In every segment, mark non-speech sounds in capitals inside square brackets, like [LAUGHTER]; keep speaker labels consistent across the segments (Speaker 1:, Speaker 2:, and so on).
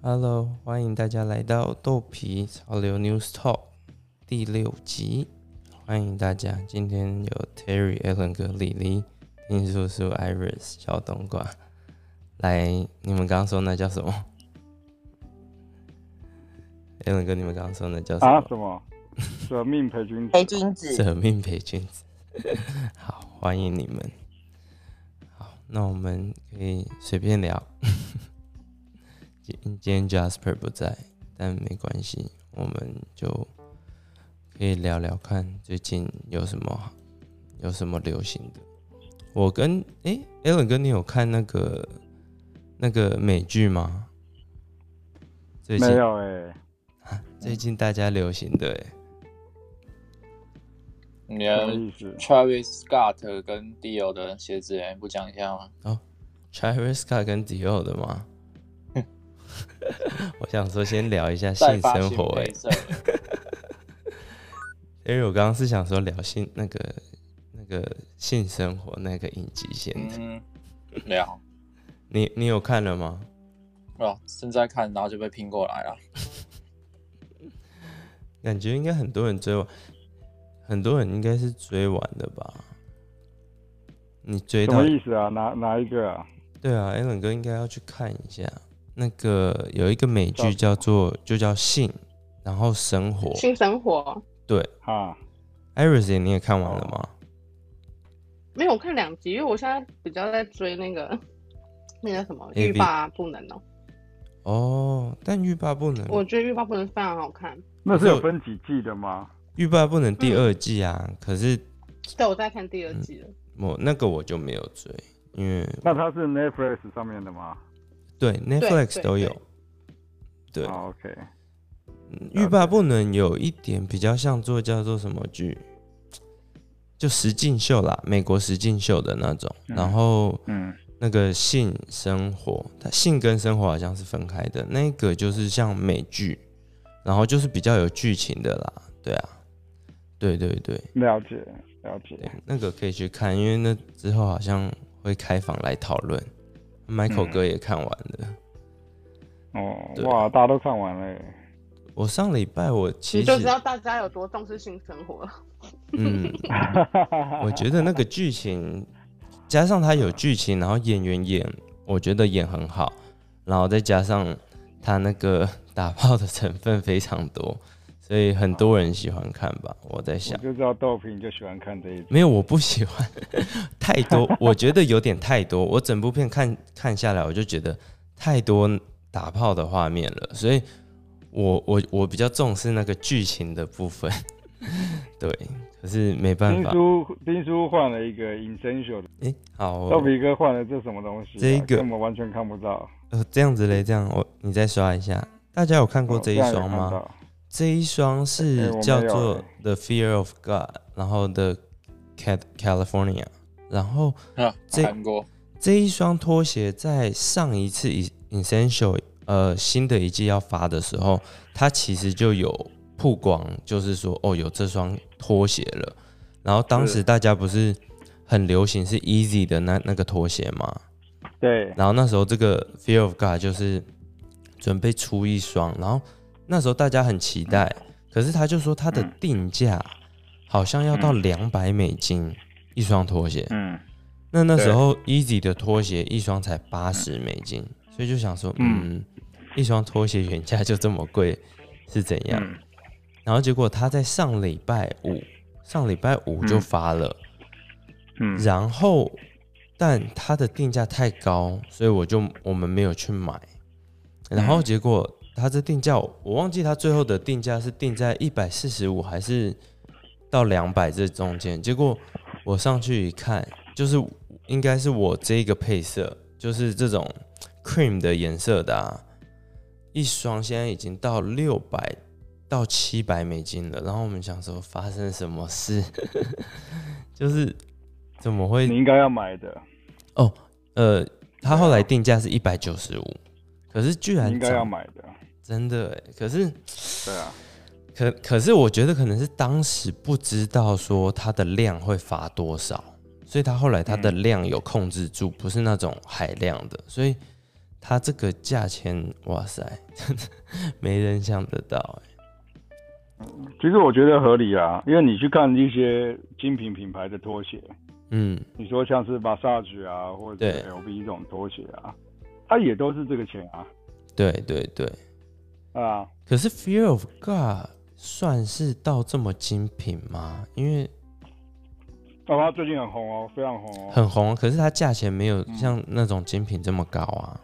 Speaker 1: Hello，欢迎大家来到豆皮潮流 News Talk 第六集，欢迎大家。今天有 Terry、Allen 哥、李黎、听叔叔、Iris、小冬瓜。来，你们刚刚说那叫什么？Allen 哥，你们刚刚说那叫什
Speaker 2: 啊？
Speaker 1: 么？
Speaker 2: 什么？舍命陪君子
Speaker 3: 裴君子，
Speaker 1: 舍命陪君子。 [LAUGHS] 好，欢迎你们。好，那我们可以随便聊。 [LAUGHS] 今今天 Jasper 不在，但没关系，我们就可以聊聊看最近有什么有什么流行的。我跟诶 a l a n 哥，你有看那个那个美剧吗？最近
Speaker 2: 没有哎、
Speaker 1: 最近大家流行的、诶
Speaker 4: 你
Speaker 2: 什么
Speaker 1: 嗯
Speaker 4: 的
Speaker 2: 意思？
Speaker 4: Travis Scott 跟 Dio 的鞋子，哎，不讲一下吗？
Speaker 1: Travis Scott 跟 Dior 的吗？ [LAUGHS] 我想说先聊一下性
Speaker 4: 再发
Speaker 1: 生
Speaker 4: 新
Speaker 1: 活、
Speaker 4: 配
Speaker 1: 欸，
Speaker 4: 色，
Speaker 1: 因为我刚刚是想说聊性那个那个性生活那个影集先的。
Speaker 4: 嗯，聊
Speaker 1: 你你有看了吗？
Speaker 4: 哦，正在看，然后就被拼过来了。
Speaker 1: 感觉应该很多人追完，很多人应该是追完的吧？你追
Speaker 2: 什
Speaker 1: 到
Speaker 2: 么意思啊？哪哪一个啊？
Speaker 1: 对啊，Allen 哥应该要去看一下那个有一个美剧叫
Speaker 2: 叫
Speaker 1: 做就叫性，然后生活。
Speaker 5: 性生活
Speaker 1: 对
Speaker 2: 啊，
Speaker 1: ，Iris 姐你也看完了吗？
Speaker 5: 没有我看两集，因为我现在比较在追那个那个什么
Speaker 1: A V
Speaker 5: 欲罢不能哦、
Speaker 1: 哦，但欲罢不能，
Speaker 5: 我觉得欲罢不能非常好看。
Speaker 2: 那是有分几季的吗？
Speaker 1: 欲罢不能第二季啊，
Speaker 5: 嗯
Speaker 1: 可是
Speaker 5: 对，我在看第二季了。
Speaker 1: 我那个我就没有追，因为
Speaker 2: 那它是 Netflix 上面的吗？
Speaker 1: 对 Netflix
Speaker 5: 对
Speaker 1: 都有
Speaker 5: 对，
Speaker 1: 对，
Speaker 2: 啊，OK，
Speaker 1: 嗯欲罢不能有一点比较像做叫做什么剧，就实境秀啦，美国实境秀的那种，
Speaker 2: 嗯
Speaker 1: 然后
Speaker 2: 嗯，
Speaker 1: 那个性生活，它性跟生活好像是分开的，那个就是像美剧，然后就是比较有剧情的啦，对啊，对对对。
Speaker 2: 了解了解
Speaker 1: 对，，那个可以去看，因为那之后好像会开房来讨论。Michael
Speaker 2: 嗯
Speaker 1: 哥也看完了，
Speaker 2: 哦
Speaker 1: 对，
Speaker 2: 哇，大家都看完了欸耶，
Speaker 1: 我上礼拜我其
Speaker 5: 你
Speaker 1: 实
Speaker 5: 就知道大家有多重视性生活了。
Speaker 1: 嗯， [LAUGHS] 我觉得那个剧情加上他有剧情，然后演员演，我觉得演很好，然后再加上他那个 [LAUGHS] 打炮的成分非常多，所以很多人喜欢看吧。我在
Speaker 2: 我
Speaker 1: 想，
Speaker 2: 就知道豆皮就喜欢看这一种。
Speaker 1: 没有，我不喜欢 [LAUGHS] 太
Speaker 2: [LAUGHS]
Speaker 1: 多，我觉得有点太多。我整部片看看下来，我就觉得太多打炮的画面了，所以我我我比较重视那个剧情的部分。 [LAUGHS] 对，可是没办
Speaker 2: 丁
Speaker 1: 法。
Speaker 2: 叔，丁叔换了一个 essential 的，
Speaker 1: 哎、好哦、
Speaker 2: 豆皮哥换了这什么东西啊、
Speaker 1: 这一个
Speaker 2: 根本完全看不到。
Speaker 1: 呃，这样子嘞，这样我你再刷一下。大家有看过
Speaker 2: 哦
Speaker 1: 这一
Speaker 2: 这样也
Speaker 1: 双
Speaker 2: 看
Speaker 1: 吗？
Speaker 2: 到
Speaker 1: 这一双是
Speaker 2: 哎我没
Speaker 1: 叫
Speaker 2: 有
Speaker 1: 做
Speaker 2: 哎
Speaker 1: The Fear of God，然后 The Cat California，然后
Speaker 4: 啊，
Speaker 1: 这
Speaker 4: 韩国
Speaker 1: 这一双拖鞋在上一次 Essential 呃新的一季要发的时候，它其实就有曝光，就是说哦有这双拖鞋了。然后当时
Speaker 2: 是
Speaker 1: 大家不是很流行是 Easy 的那那个拖鞋吗？
Speaker 2: 对，
Speaker 1: 然后那时候这个 Fear of God 就是准备出一双，然后那时候大家很期待，可是他就说他的
Speaker 2: 嗯
Speaker 1: 定价好像要到两百美金一双拖鞋。
Speaker 2: 嗯
Speaker 1: 那那时候 Easy 的拖鞋一双才八十美金，所以就想说，嗯，一双拖鞋原价就这么贵是怎样？
Speaker 2: 嗯，
Speaker 1: 然后结果他在上礼拜五，上礼拜五就
Speaker 2: 嗯
Speaker 1: 发了，
Speaker 2: 嗯，
Speaker 1: 然后但它的定价太高，所以我就我们没有去买。然后结果它这定价，我忘记它最后的定价是定在一百四十五还是到两百这中间。结果我上去一看，就是应该是我这个配色，就是这种 cream 的颜色的、啊，一双现在已经到六百到七百美金了。然后我们想说发生什么事， [LAUGHS] 就是怎么会
Speaker 2: 你应该要买的，
Speaker 1: 哦，呃，他后来定价是一百九十五，可是居
Speaker 2: 啊
Speaker 1: 然
Speaker 2: 你应该要
Speaker 1: 涨
Speaker 2: 买的，
Speaker 1: 真的哎，可是
Speaker 2: 对啊。
Speaker 1: 可可是我觉得可能是当时不知道说它的量会罚多
Speaker 2: 嗯
Speaker 1: 少，所以它后来它的量有控制住，不是那种海量的，所以它这个价钱，哇塞，没人想得到哎、
Speaker 2: 其实我觉得合理啊，因为你去看一些精品品牌的拖鞋，
Speaker 1: 嗯，
Speaker 2: 你说像是 Versace 啊，或者
Speaker 1: 对
Speaker 2: 是 LV 这种拖鞋啊，它也都是这个钱啊，
Speaker 1: 对对对。
Speaker 2: 啊，
Speaker 1: 可是 Fear of God 算是到这么精品吗？因为
Speaker 2: 然后它最近很红哦，非常红哦。
Speaker 1: 很红，啊可是它价钱没
Speaker 2: 嗯
Speaker 1: 有像那种精品这么高啊。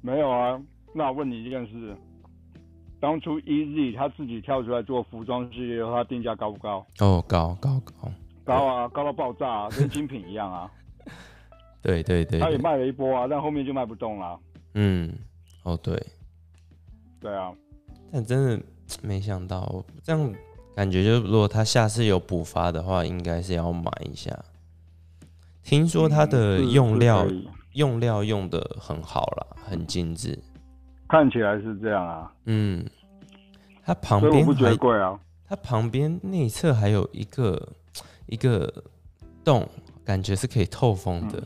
Speaker 2: 没有啊，那我问你一件事，当初 Easy 他自己跳出来做服装系列的话，它定价高不高？
Speaker 1: 哦，高高高，
Speaker 2: 高啊，高到爆炸、
Speaker 1: [LAUGHS]
Speaker 2: 啊，跟精品一样啊。
Speaker 1: 对对对
Speaker 2: 他也
Speaker 1: 对，
Speaker 2: 卖了一波啊，但后面就卖不动啦、
Speaker 1: 嗯，哦对，
Speaker 2: 对啊，
Speaker 1: 但真的没想到，我这样感觉就是，如果他下次有补发的话，应该是要买一下。听说它的
Speaker 2: 嗯是
Speaker 1: 用料、
Speaker 2: 是可以
Speaker 1: 用料用的很好啦，很精致。
Speaker 2: 看起来是这样啊，
Speaker 1: 嗯，它旁
Speaker 2: 所以我
Speaker 1: 边
Speaker 2: 不觉得
Speaker 1: 还
Speaker 2: 贵啊。
Speaker 1: 它旁边内侧还有一个一个洞，感觉是可以透风的，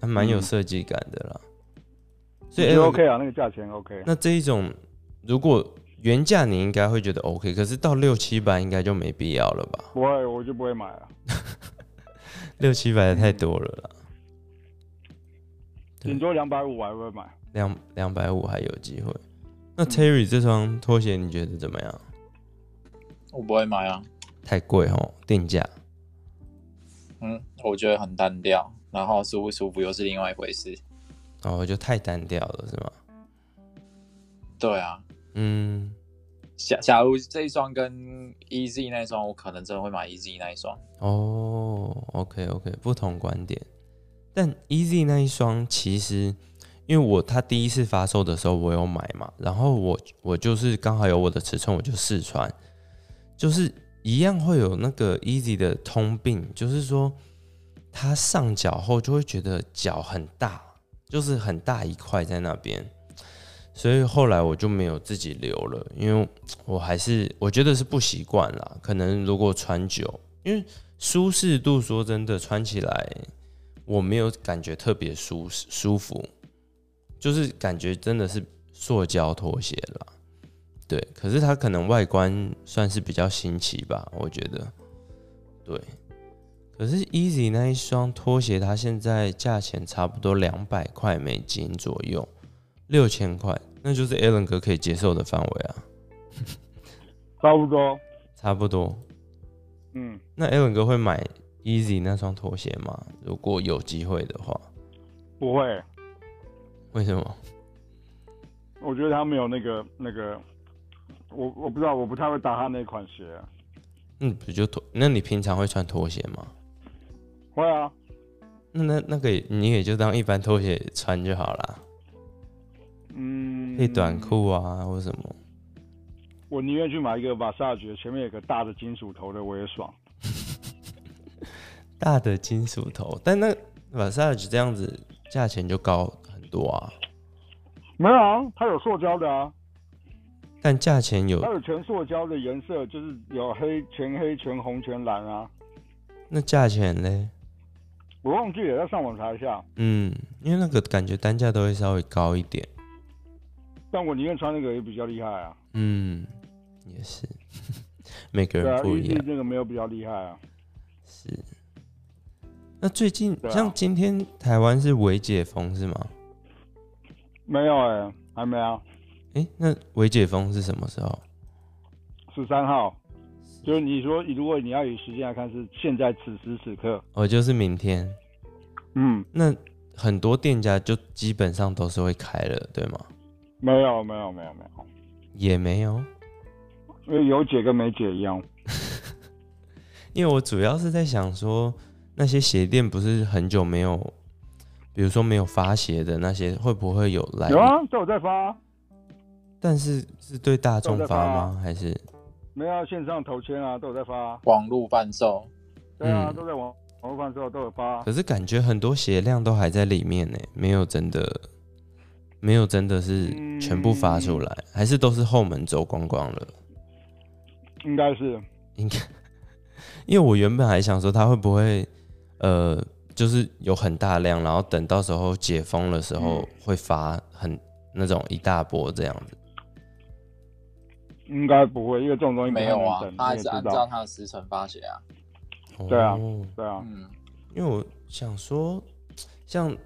Speaker 1: 还蛮有
Speaker 2: 嗯
Speaker 1: 设计感的啦。所以
Speaker 2: 觉得
Speaker 1: Alan，
Speaker 2: OK 啊，那个价钱 OK。
Speaker 1: 那这一种如果原价你应该会觉得 OK，可是到六七百应该就没必要了吧？
Speaker 2: 不会，我就不会买啊了。
Speaker 1: 嗯六七百的太多了啦，对
Speaker 2: 顶多两百五还会买。
Speaker 1: 两两百五还有机会。那
Speaker 2: 嗯
Speaker 1: Terry 这双拖鞋你觉得怎么样？
Speaker 4: 我不会买啊，
Speaker 1: 太贵哦，定价
Speaker 4: 嗯，我觉得很单调，然后舒不舒服又是另外一回事。
Speaker 1: 哦，就太单调了是吗？
Speaker 4: 对啊，
Speaker 1: 嗯，
Speaker 4: 假假如这一双跟 Easy 那一双，我可能真的会买 Easy 那一双。
Speaker 1: 哦，OK OK，不同观点。但 Easy 那一双其实，因为我它第一次发售的时候我有买嘛，然后我我就是刚好有我的尺寸，我就试穿，就是一样会有那个 Easy 的通病，就是说它上脚后就会觉得脚很大，就是很大一块在那边。所以后来我就没有自己留了，因为我还是我觉得是不习惯啦。可能如果穿久，因为舒适度说真的，穿起来我没有感觉特别舒适舒服，就是感觉真的是塑胶拖鞋啦。对，可是它可能外观算是比较新奇吧，我觉得。对，可是 Easy 那一双拖鞋，它现在价钱差不多两百块美金左右，六千块，那就是 Alan 哥可以接受的范围啊，
Speaker 2: 差不多，
Speaker 1: 差不多。
Speaker 2: 嗯，
Speaker 1: 那 Alan 哥会买 Easy 那双拖鞋吗？如果有机会的话，
Speaker 2: 不会，
Speaker 1: 为什么？
Speaker 2: 我觉得他没有那个那个，我我不知道，我不太会搭他那款鞋、啊。
Speaker 1: 嗯，不就拖？那你平常会穿拖鞋吗？
Speaker 2: 会啊，
Speaker 1: 那那那个也你也就当一般拖鞋穿就好啦，
Speaker 2: 嗯，
Speaker 1: 配短。裤啊或什么。
Speaker 2: 我宁愿去买一个 Versace，前面有个大的金属头的，我也爽。
Speaker 1: 大的金属头，但那 Versace 这样子价钱就高很多啊，
Speaker 2: 没有啊，它有塑胶的啊，
Speaker 1: 但价钱有
Speaker 2: 它有全塑胶的颜色，就是有黑、全黑、全红、全蓝啊。
Speaker 1: 那价钱嘞？
Speaker 2: 我忘记了，要上网查一下。
Speaker 1: 嗯，因为那个感觉单价都会稍微高一点。
Speaker 2: 但我宁愿穿那个也比较厉害啊。
Speaker 1: 嗯，也是， [LAUGHS] 每个
Speaker 2: 对啊
Speaker 1: 人不一
Speaker 2: ，Easy
Speaker 1: 样。
Speaker 2: 这个没有比较厉害啊。
Speaker 1: 是。那最近、
Speaker 2: 对啊
Speaker 1: 像今天台湾是微解封是吗？
Speaker 2: 没有哎、还没啊，
Speaker 1: 诶、那微解封是什么时候？
Speaker 2: 十三号。就是你说，如果你要以时间来看，是现在此时此刻。
Speaker 1: 哦，就是明天。
Speaker 2: 嗯，
Speaker 1: 那很多店家就基本上都是会开了，对吗？
Speaker 2: 没有，没有，没有，没有，
Speaker 1: 也没有，
Speaker 2: 因为有解跟没解一样。
Speaker 1: 因为我主要是在想说，那些鞋店不是很久没有，比如说没有发鞋的那些，会不会有
Speaker 4: 哎
Speaker 1: 来？
Speaker 2: 有啊，都有在发啊、
Speaker 1: 但是是对大众发吗？还是
Speaker 2: 没有啊线上投签啊，都有在发、啊。
Speaker 4: 网络贩售，
Speaker 2: 对啊，
Speaker 1: 嗯
Speaker 2: 都在网网络贩售都有发啊、
Speaker 1: 可是感觉很多鞋量都还在里面呢，没有真的，没有真的是全部发出来，
Speaker 2: 嗯
Speaker 1: 还是都是后门走光光了。
Speaker 2: 应该是
Speaker 1: 因为我原本还想说他会不会，呃，就是有很大量，然后等到时候解封的时
Speaker 2: 嗯
Speaker 1: 候会发很那种一大波这样子。
Speaker 2: 应该不会，因为这种东西不
Speaker 4: 没
Speaker 2: 太
Speaker 4: 有
Speaker 2: 能
Speaker 4: 啊
Speaker 2: 等，
Speaker 4: 他还
Speaker 2: 你也
Speaker 4: 是按
Speaker 2: 知道
Speaker 4: 照他的时辰发行啊。
Speaker 2: 对啊
Speaker 1: 哦
Speaker 2: 对啊，
Speaker 4: 嗯，
Speaker 1: 因为我想说，像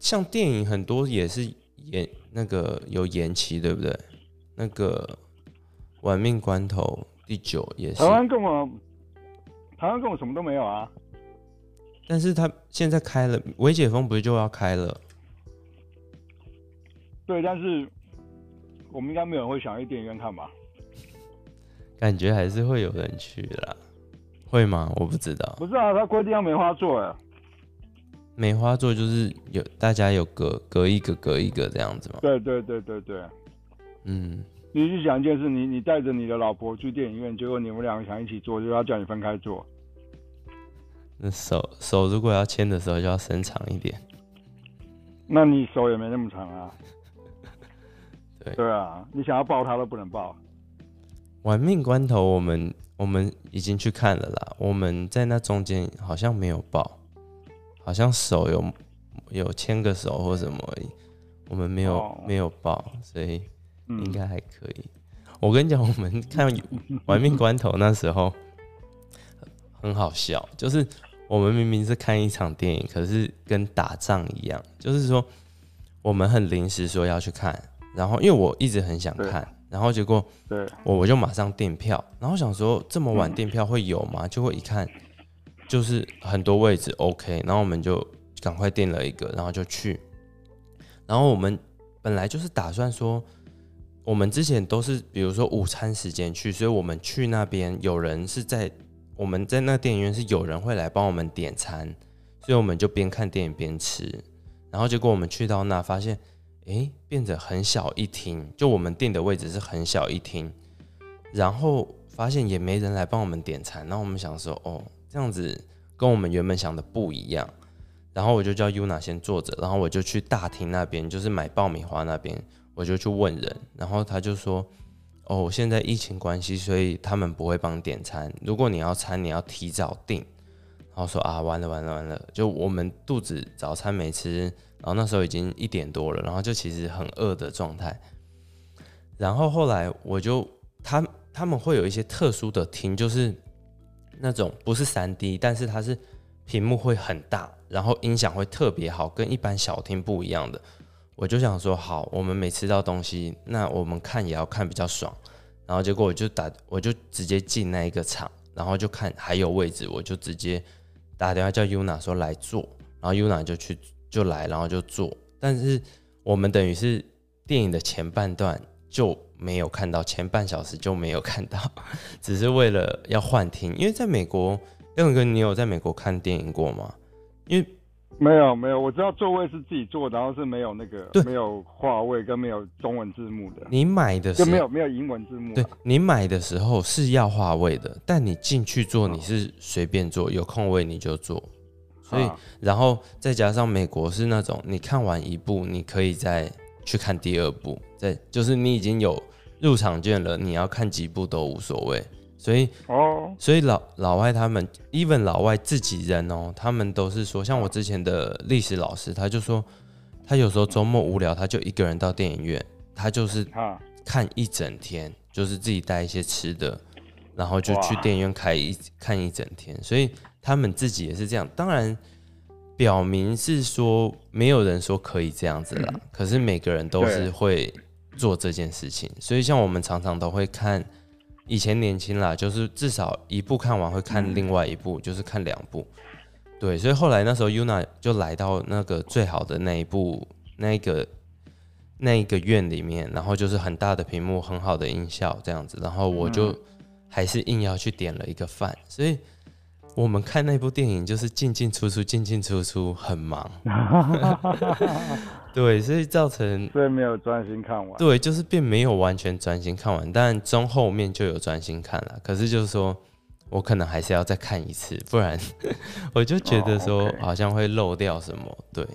Speaker 1: 像电影很多也是延那个有延期，对不对？那个《玩命关头》第九也是
Speaker 2: 台，湾跟我，台湾跟我什么都没有啊。
Speaker 1: 但是他现在开了，微解封不是就要开了？
Speaker 2: 对，但是我们应该没有人会想去电影院看吧？
Speaker 1: 感觉还是会有人去啦，会吗？我不知道。
Speaker 2: 不是啊，他规定要梅花座哎、
Speaker 1: 梅花座就是有大家有隔隔一个隔一个这样子嘛。
Speaker 2: 对对对对对，
Speaker 1: 嗯，
Speaker 2: 你去想一件事，你你带着你的老婆去电影院，结果你们两个想一起坐，就要叫你分开坐。
Speaker 1: 那手手如果要牵的时候就要伸长一点。
Speaker 2: 那你手也没那么长啊。
Speaker 1: [LAUGHS] 对
Speaker 2: 对啊，你想要抱他都不能抱。
Speaker 1: 玩命关头，我们我们已经去看了啦。我们在那中间好像没有抱，好像手有有牵个手或什么而已，我们没有、
Speaker 2: 哦
Speaker 1: 没有抱，所以
Speaker 2: 嗯，
Speaker 1: 应该还可以。我跟你讲，我们看 [LAUGHS] 《玩命关头》那时候很好笑，就是我们明明是看一场电影，可是跟打仗一样，就是说我们很临时说要去看，然后因为我一直很想
Speaker 2: 对
Speaker 1: 看，然后结果
Speaker 2: 对，
Speaker 1: 我我就马上订票，然后想说这么晚
Speaker 2: 嗯
Speaker 1: 订票会有吗？结果一看，就是很多位置 OK，然后我们就赶快订了一个，然后就去。然后我们本来就是打算说，我们之前都是比如说午餐时间去，所以我们去那边有人是在我们在那电影院是有人会来帮我们点餐，所以我们就边看电影边吃。然后结果我们去到那发现，诶，变得很小一厅，就我们订的位置是很小一厅，然后发现也没人来帮我们点餐，然后我们想说，哦，这样子跟我们原本想的不一样。然后我就叫 Yuna 先坐着，然后我就去大厅那边，就是买爆米花那边，我就去问人，然后他就说，哦，现在疫情关系，所以他们不会帮你点餐，如果你要餐，你要提早订。然后说啊，完了完了完了，就我们肚子早餐没吃，然后那时候已经一点多了，然后就其实很饿的状态。然后后来我就他他们会有一些特殊的厅，就是那种不是三 D，但是它是屏幕会很大，然后音响会特别好，跟一般小厅不一样的。我就想说，好，我们没吃到东西，那我们看也要看比较爽。然后结果我就打，我就直接进那一个场，然后就看还有位置，我就直接打电话叫 Yuna 说来坐，然后 Yuna 就去就来，然后就坐。但是我们等于是电影的前半段就没有看到，前半小时就没有看到， [LAUGHS] 只是为了要换厅。因为在美国，亮哥，你有在美国看电影过吗？因为
Speaker 2: 没有没有，我知道座位是自己坐的，然后是没有那个
Speaker 1: 对
Speaker 2: 没有话位跟没有中文字幕的，
Speaker 1: 你买的时
Speaker 2: 就
Speaker 1: 候
Speaker 2: 没有没有英文字幕、啊。
Speaker 1: 对你买的时候是要划位的，但你进去坐你是随便坐，有空位你就坐。所以
Speaker 2: 啊，
Speaker 1: 然后再加上美国是那种你看完一部，你可以再去看第二部，再就是你已经有入场券了，你要看几部都无所谓。所以
Speaker 2: 哦，
Speaker 1: 所以老老外他们，even 老外自己人哦，他们都是说，像我之前的历史老师，他就说，他有时候周末无聊，他就一个人到电影院，他就是 [LAUGHS]
Speaker 2: 哈， [LAUGHS]
Speaker 1: 看一整天，就是自己带一些吃的，然后就去
Speaker 2: 哇
Speaker 1: 电影院开一看一整天，所以他们自己也是这样。当然，表明是说没有人说可以这样子啦，可是每个人都是
Speaker 2: 对
Speaker 1: 会做这件事情，所以像我们常常都会看。以前年轻啦，就是至少一部看完会看另外一部，就是看两部。对，所以后来那时候 Yuna 就来到那个最好的那一部那一个那一个院里面，然后就是很大的屏幕，很好的音效这样子，然后我就还是硬要去点了一个饭，所以我们看那部电影就是进进出出，进进出出，很忙。
Speaker 2: 啊
Speaker 1: 对，所以造成
Speaker 2: 所以没有专心看完。
Speaker 1: 对，就是并没有完全专心看完，但中后面就有专心看了。可是就是说我可能还是要再看一次，不然 [LAUGHS] 我就觉得
Speaker 2: 哦
Speaker 1: 说
Speaker 2: ，OK
Speaker 1: 好像会漏掉什么。对，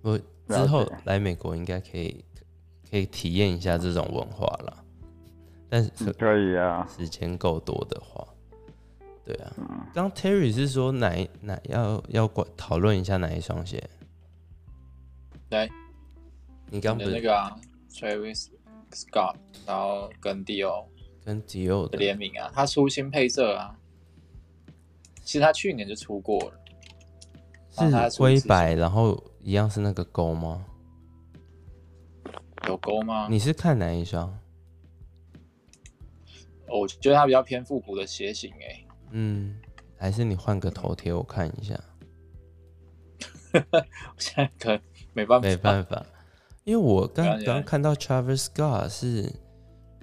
Speaker 1: 我之
Speaker 2: 了
Speaker 1: 后
Speaker 2: 解
Speaker 1: 来美国应该可以可以体验一下这种文化了，但是
Speaker 4: 嗯
Speaker 2: 可以啊，
Speaker 1: 时间够多的话，对啊，
Speaker 4: 嗯
Speaker 1: 刚 Terry 是说哪一哪要要管讨论一下哪一双鞋？
Speaker 4: 来，
Speaker 1: 你刚
Speaker 4: 你
Speaker 1: 不
Speaker 4: 的那
Speaker 1: 是
Speaker 4: 个啊，Travis Scott，然后跟 Dior
Speaker 1: 跟迪奥
Speaker 4: 的
Speaker 1: 的
Speaker 4: 联名啊，他出新配色啊。其实他去年就出过了，然后啊他
Speaker 1: 是
Speaker 4: 出一
Speaker 1: 灰
Speaker 4: 次
Speaker 1: 白，然后一样是那个勾吗？
Speaker 4: 有勾吗？
Speaker 1: 你是看哪一双？
Speaker 4: 哦我觉得他比较偏复古的鞋型欸诶、
Speaker 1: 嗯，还是你换个头贴我看一下？
Speaker 4: 啊我现在可能没办法，
Speaker 1: 没办法，因为我
Speaker 4: 了
Speaker 1: 刚
Speaker 4: 解
Speaker 1: 刚看到 Travis Scott 是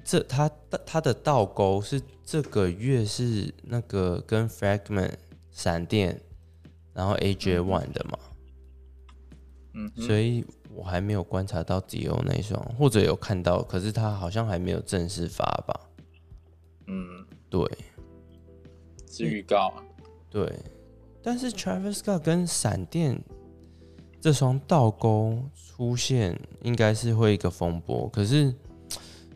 Speaker 1: 这他他的倒钩是这个月是那个跟 Fragment 闪电，然后 AJ One 的嘛，
Speaker 4: 嗯哼，
Speaker 1: 所以我还没有观察到迪欧那一双，或者有看到，可是他好像还没有正式发吧？
Speaker 4: 嗯，
Speaker 1: 对
Speaker 4: 是预告啊。
Speaker 1: 对，但是 Travis Scott 跟闪电这双倒钩出现，应该是会一个风波。可是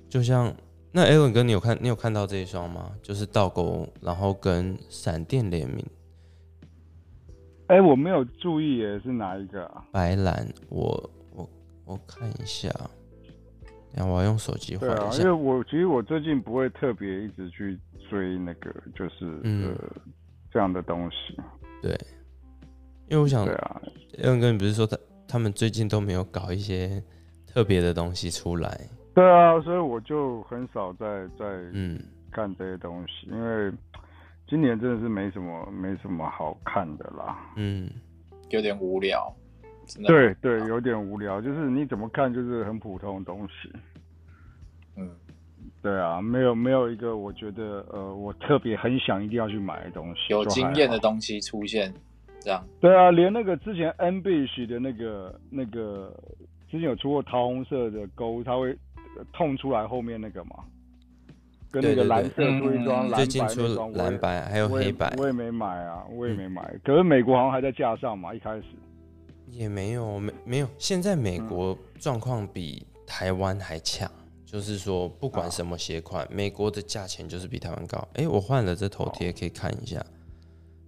Speaker 1: 就像那 Alan 哥，你有看你有看到这一双吗？就是倒钩，然后跟闪电联名
Speaker 2: 哎，我没有注意耶，是哪一个、啊？
Speaker 1: 白蓝，我我我看一下，然后我要用手机换
Speaker 2: 对啊
Speaker 1: 一，下
Speaker 2: 因为。我其实我最近不会特别一直去追那个，就是、
Speaker 1: 嗯
Speaker 2: 呃这样的东西。
Speaker 1: 对，因为我想
Speaker 2: 对啊，
Speaker 1: Alan 哥，你不是说他他们最近都没有搞一些特别的东西出来？
Speaker 2: 对啊，所以我就很少在在
Speaker 1: 嗯，
Speaker 2: 看这些东西，因为今年真的是没什么没什么好看的啦。
Speaker 1: 嗯，
Speaker 4: 有点无聊，真的。
Speaker 2: 对对，有点无聊，就是你怎么看就是很普通的东西。
Speaker 4: 嗯，
Speaker 2: 对啊，没有没有一个我觉得呃我特别很想一定要去买的东西，
Speaker 4: 有
Speaker 2: 就还
Speaker 4: 经验
Speaker 2: 好
Speaker 4: 的东西出现，这样
Speaker 2: 对啊，连那个之前 N Beach 的那个那个，之前有出过桃红色的钩，它会呃痛出来后面那个嘛，跟那
Speaker 1: 对
Speaker 2: 个
Speaker 1: 对
Speaker 2: 蓝色
Speaker 4: 对
Speaker 2: 出一双
Speaker 4: 嗯
Speaker 2: 蓝
Speaker 1: 最近
Speaker 2: 白
Speaker 1: 出
Speaker 2: 那双，我
Speaker 1: 蓝
Speaker 2: 也
Speaker 1: 白还有
Speaker 2: 我也
Speaker 1: 黑白嗯
Speaker 2: 我也没买啊，我也没买。可是美国好像还在架上嘛，一开始。
Speaker 1: 也没有没没有，现在美
Speaker 2: 嗯
Speaker 1: 国状况比台湾还强，就是说不
Speaker 2: 啊
Speaker 1: 管什么鞋款，美国的价钱就是比台湾高。诶，我换了这头
Speaker 2: 哦
Speaker 1: 贴可以看一下，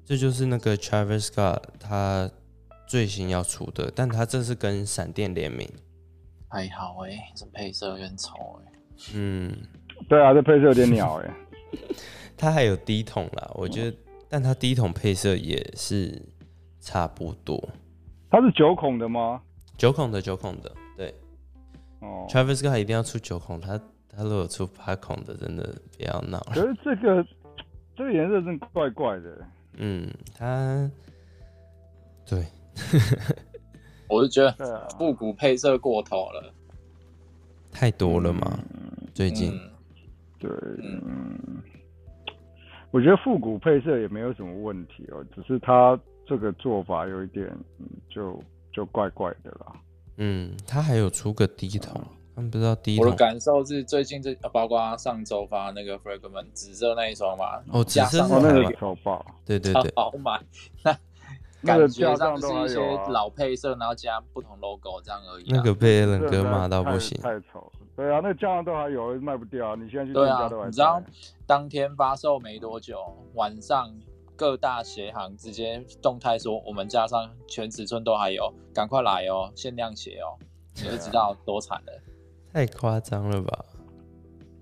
Speaker 1: 这就是那个 Travis Scott 他最新要出的，但他这是跟闪电联名，
Speaker 4: 还好哎、欸，这配色有点丑哎、
Speaker 1: 嗯，
Speaker 2: 对啊，这配色有点鸟哎、
Speaker 1: [LAUGHS] 它还有低筒啦，我觉得，
Speaker 2: 嗯
Speaker 1: 但它低筒配色也是差不多，
Speaker 2: 它是九孔的吗？
Speaker 1: 九孔的九孔的，对
Speaker 2: 哦，
Speaker 1: ，Travis Scott 一定要出九孔，他他如果出八孔的，真的不要闹
Speaker 2: 可
Speaker 1: 了。
Speaker 2: 是这个这个颜色真怪怪的、
Speaker 1: 嗯，他对，
Speaker 4: 我就觉得
Speaker 2: 对啊，
Speaker 4: 复古配色过头了。
Speaker 1: 太多了嘛，最近
Speaker 4: 嗯，
Speaker 2: 对，嗯，我觉得复古配色也没有什么问题哦，只是它这个做法有一点嗯就就怪怪的啦。
Speaker 1: 嗯，他还有出个低筒，但不知道低
Speaker 4: 我的
Speaker 1: 筒
Speaker 4: 感受是最近这包括上周发那个 Fragment 紫色那一双嘛，
Speaker 1: 哦，紫色
Speaker 4: 加上
Speaker 1: 是
Speaker 2: 哦，那
Speaker 1: 台
Speaker 2: 个
Speaker 1: 湾，
Speaker 2: 丑爆，
Speaker 1: 对对
Speaker 4: 超
Speaker 1: 对，
Speaker 4: 好买。那
Speaker 2: 那个
Speaker 4: 感
Speaker 2: 架
Speaker 4: 觉
Speaker 2: 上
Speaker 4: 上
Speaker 2: 都
Speaker 4: 是一
Speaker 2: 还
Speaker 4: 些
Speaker 2: 有啊
Speaker 4: 老配色，然后加不同 logo 这样而已、啊。
Speaker 1: 那个被 a
Speaker 2: 这
Speaker 1: l
Speaker 2: 个
Speaker 1: 哥
Speaker 2: 实在
Speaker 1: 骂到
Speaker 2: 太
Speaker 1: 不行，
Speaker 2: 太丑了。对啊，那架上都还有卖不掉，你现在去店
Speaker 4: 对
Speaker 2: 家
Speaker 4: 啊
Speaker 2: 都，还
Speaker 4: 你知道
Speaker 2: 在
Speaker 4: 当天发售没多久，晚上各大鞋行直接动态说，我们加上全尺寸都还有，赶快来哦，限量鞋哦，你就知道多惨了。
Speaker 1: 太夸张了吧？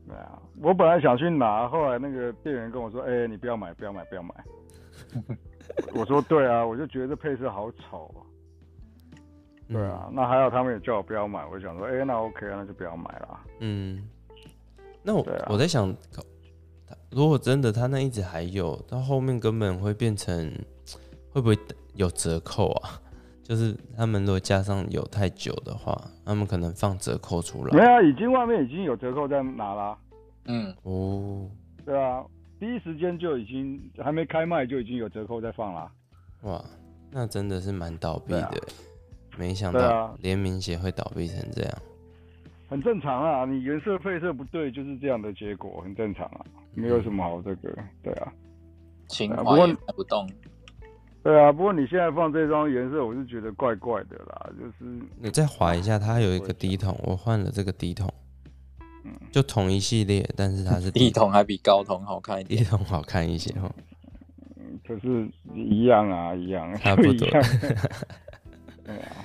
Speaker 2: 对啊，我本来想去拿，后来那个店员跟我说：“哎、你不要买，不要买，不要买。” [LAUGHS] 我说：“对啊，我就觉得这配色好丑啊。”对啊，
Speaker 1: 嗯
Speaker 2: 那还好他们也叫我不要买，我想说，哎、那 OK 啊，那就不要买了。
Speaker 1: 嗯，那我、
Speaker 2: 对啊
Speaker 1: 我在想，搞他如果真的他那一直还有，到后面根本会变成会不会有折扣啊？就是他们如果加上有太久的话，他们可能放折扣出
Speaker 2: 没有
Speaker 1: 来
Speaker 2: 啊，已经外面已经有折扣在拿啦。
Speaker 4: 嗯，
Speaker 1: 哦。
Speaker 2: 对啊，第一时间就已经还没开卖就已经有折扣在放啦。
Speaker 1: 哇，那真的是蛮倒闭
Speaker 2: 对
Speaker 1: 的
Speaker 2: 啊
Speaker 1: 欸、没想
Speaker 2: 对
Speaker 1: 到
Speaker 2: 啊
Speaker 1: 联名鞋会倒闭成这样。
Speaker 2: 很正常啊，你原色配色不对就是这样的结果，很正常啊，
Speaker 1: 嗯
Speaker 2: 没有什么好这个。对啊，
Speaker 4: 情
Speaker 2: 啊不
Speaker 4: 怀
Speaker 2: 过
Speaker 4: 也带不动，
Speaker 2: 对啊，不过你现在放这双颜色，我是觉得怪怪的啦，就是
Speaker 1: 你再划一下，它有一
Speaker 2: 我
Speaker 1: 个
Speaker 2: 也
Speaker 1: 低筒，我换了这个低筒，
Speaker 2: 嗯
Speaker 1: 就同一系列，但是它是
Speaker 2: [LAUGHS]
Speaker 4: 低筒还比高筒好看一
Speaker 1: 低
Speaker 4: 点。
Speaker 1: 筒好看一些哦。
Speaker 2: 可是一样啊，一样，
Speaker 1: [LAUGHS] 差不多
Speaker 2: 就 [LAUGHS] 一样。对啊，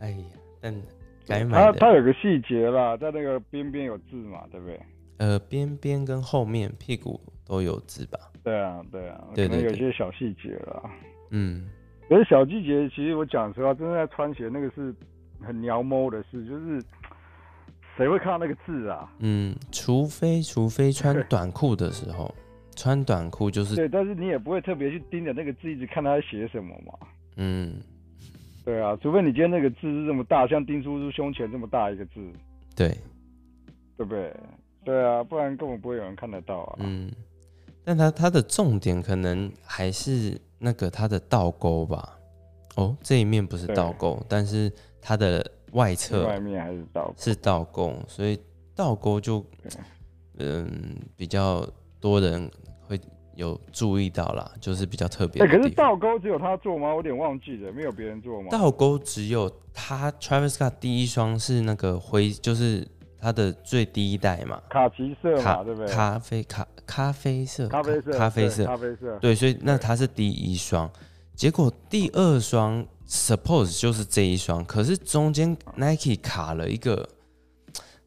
Speaker 1: 哎呀，但该买
Speaker 2: 它它
Speaker 1: 的
Speaker 2: 有个细节啦，在那个边边有字嘛，对不对？
Speaker 1: 呃边边跟后面屁股都有字吧？
Speaker 2: 对啊，对啊，
Speaker 1: 对
Speaker 2: 可能
Speaker 1: 对
Speaker 2: 有
Speaker 1: 对
Speaker 2: 些小细节啦。
Speaker 1: 嗯，
Speaker 2: 可是小季节，其实我讲实话，真的在穿鞋那个是很鸟猫的事，就是谁会看到那个字啊？
Speaker 1: 嗯，除非除非穿短裤的时
Speaker 2: [LAUGHS]
Speaker 1: 候，穿短裤就是
Speaker 2: 对，但是你也不会特别去盯着那个字，一直看他在写什么嘛。
Speaker 1: 嗯，
Speaker 2: 对啊，除非你今天那个字是这么大，像丁叔叔胸前这么大一个字，
Speaker 1: 对，
Speaker 2: 对不对？对啊，不然根本不会有人看得到啊。
Speaker 1: 嗯，但它它的重点可能还是那个它的倒钩吧。哦，这一面不是
Speaker 2: 对
Speaker 1: 倒钩，但是它的外侧
Speaker 2: 外面还是到，
Speaker 1: 是倒钩，所以倒钩就嗯比较多人会有注意到啦，就是比较特别
Speaker 2: 哎、
Speaker 1: 的
Speaker 2: 可
Speaker 1: 地
Speaker 2: 是
Speaker 1: 方。
Speaker 2: 倒钩只有他做吗？我有点忘记了，没有别人做吗？
Speaker 1: 倒钩只有他 Travis Scott 第一双是那个灰，就是它的最低代嘛，
Speaker 2: 卡其色
Speaker 1: 咖
Speaker 2: 嘛，对不对？
Speaker 1: 咖啡咖咖啡色，
Speaker 2: 咖啡色，
Speaker 1: 咖啡
Speaker 2: 对
Speaker 1: 色，
Speaker 2: 咖啡色。
Speaker 1: 对，所以那它是第一双，结果第二双 suppose 就是这一双，可是中间 Nike 卡了一个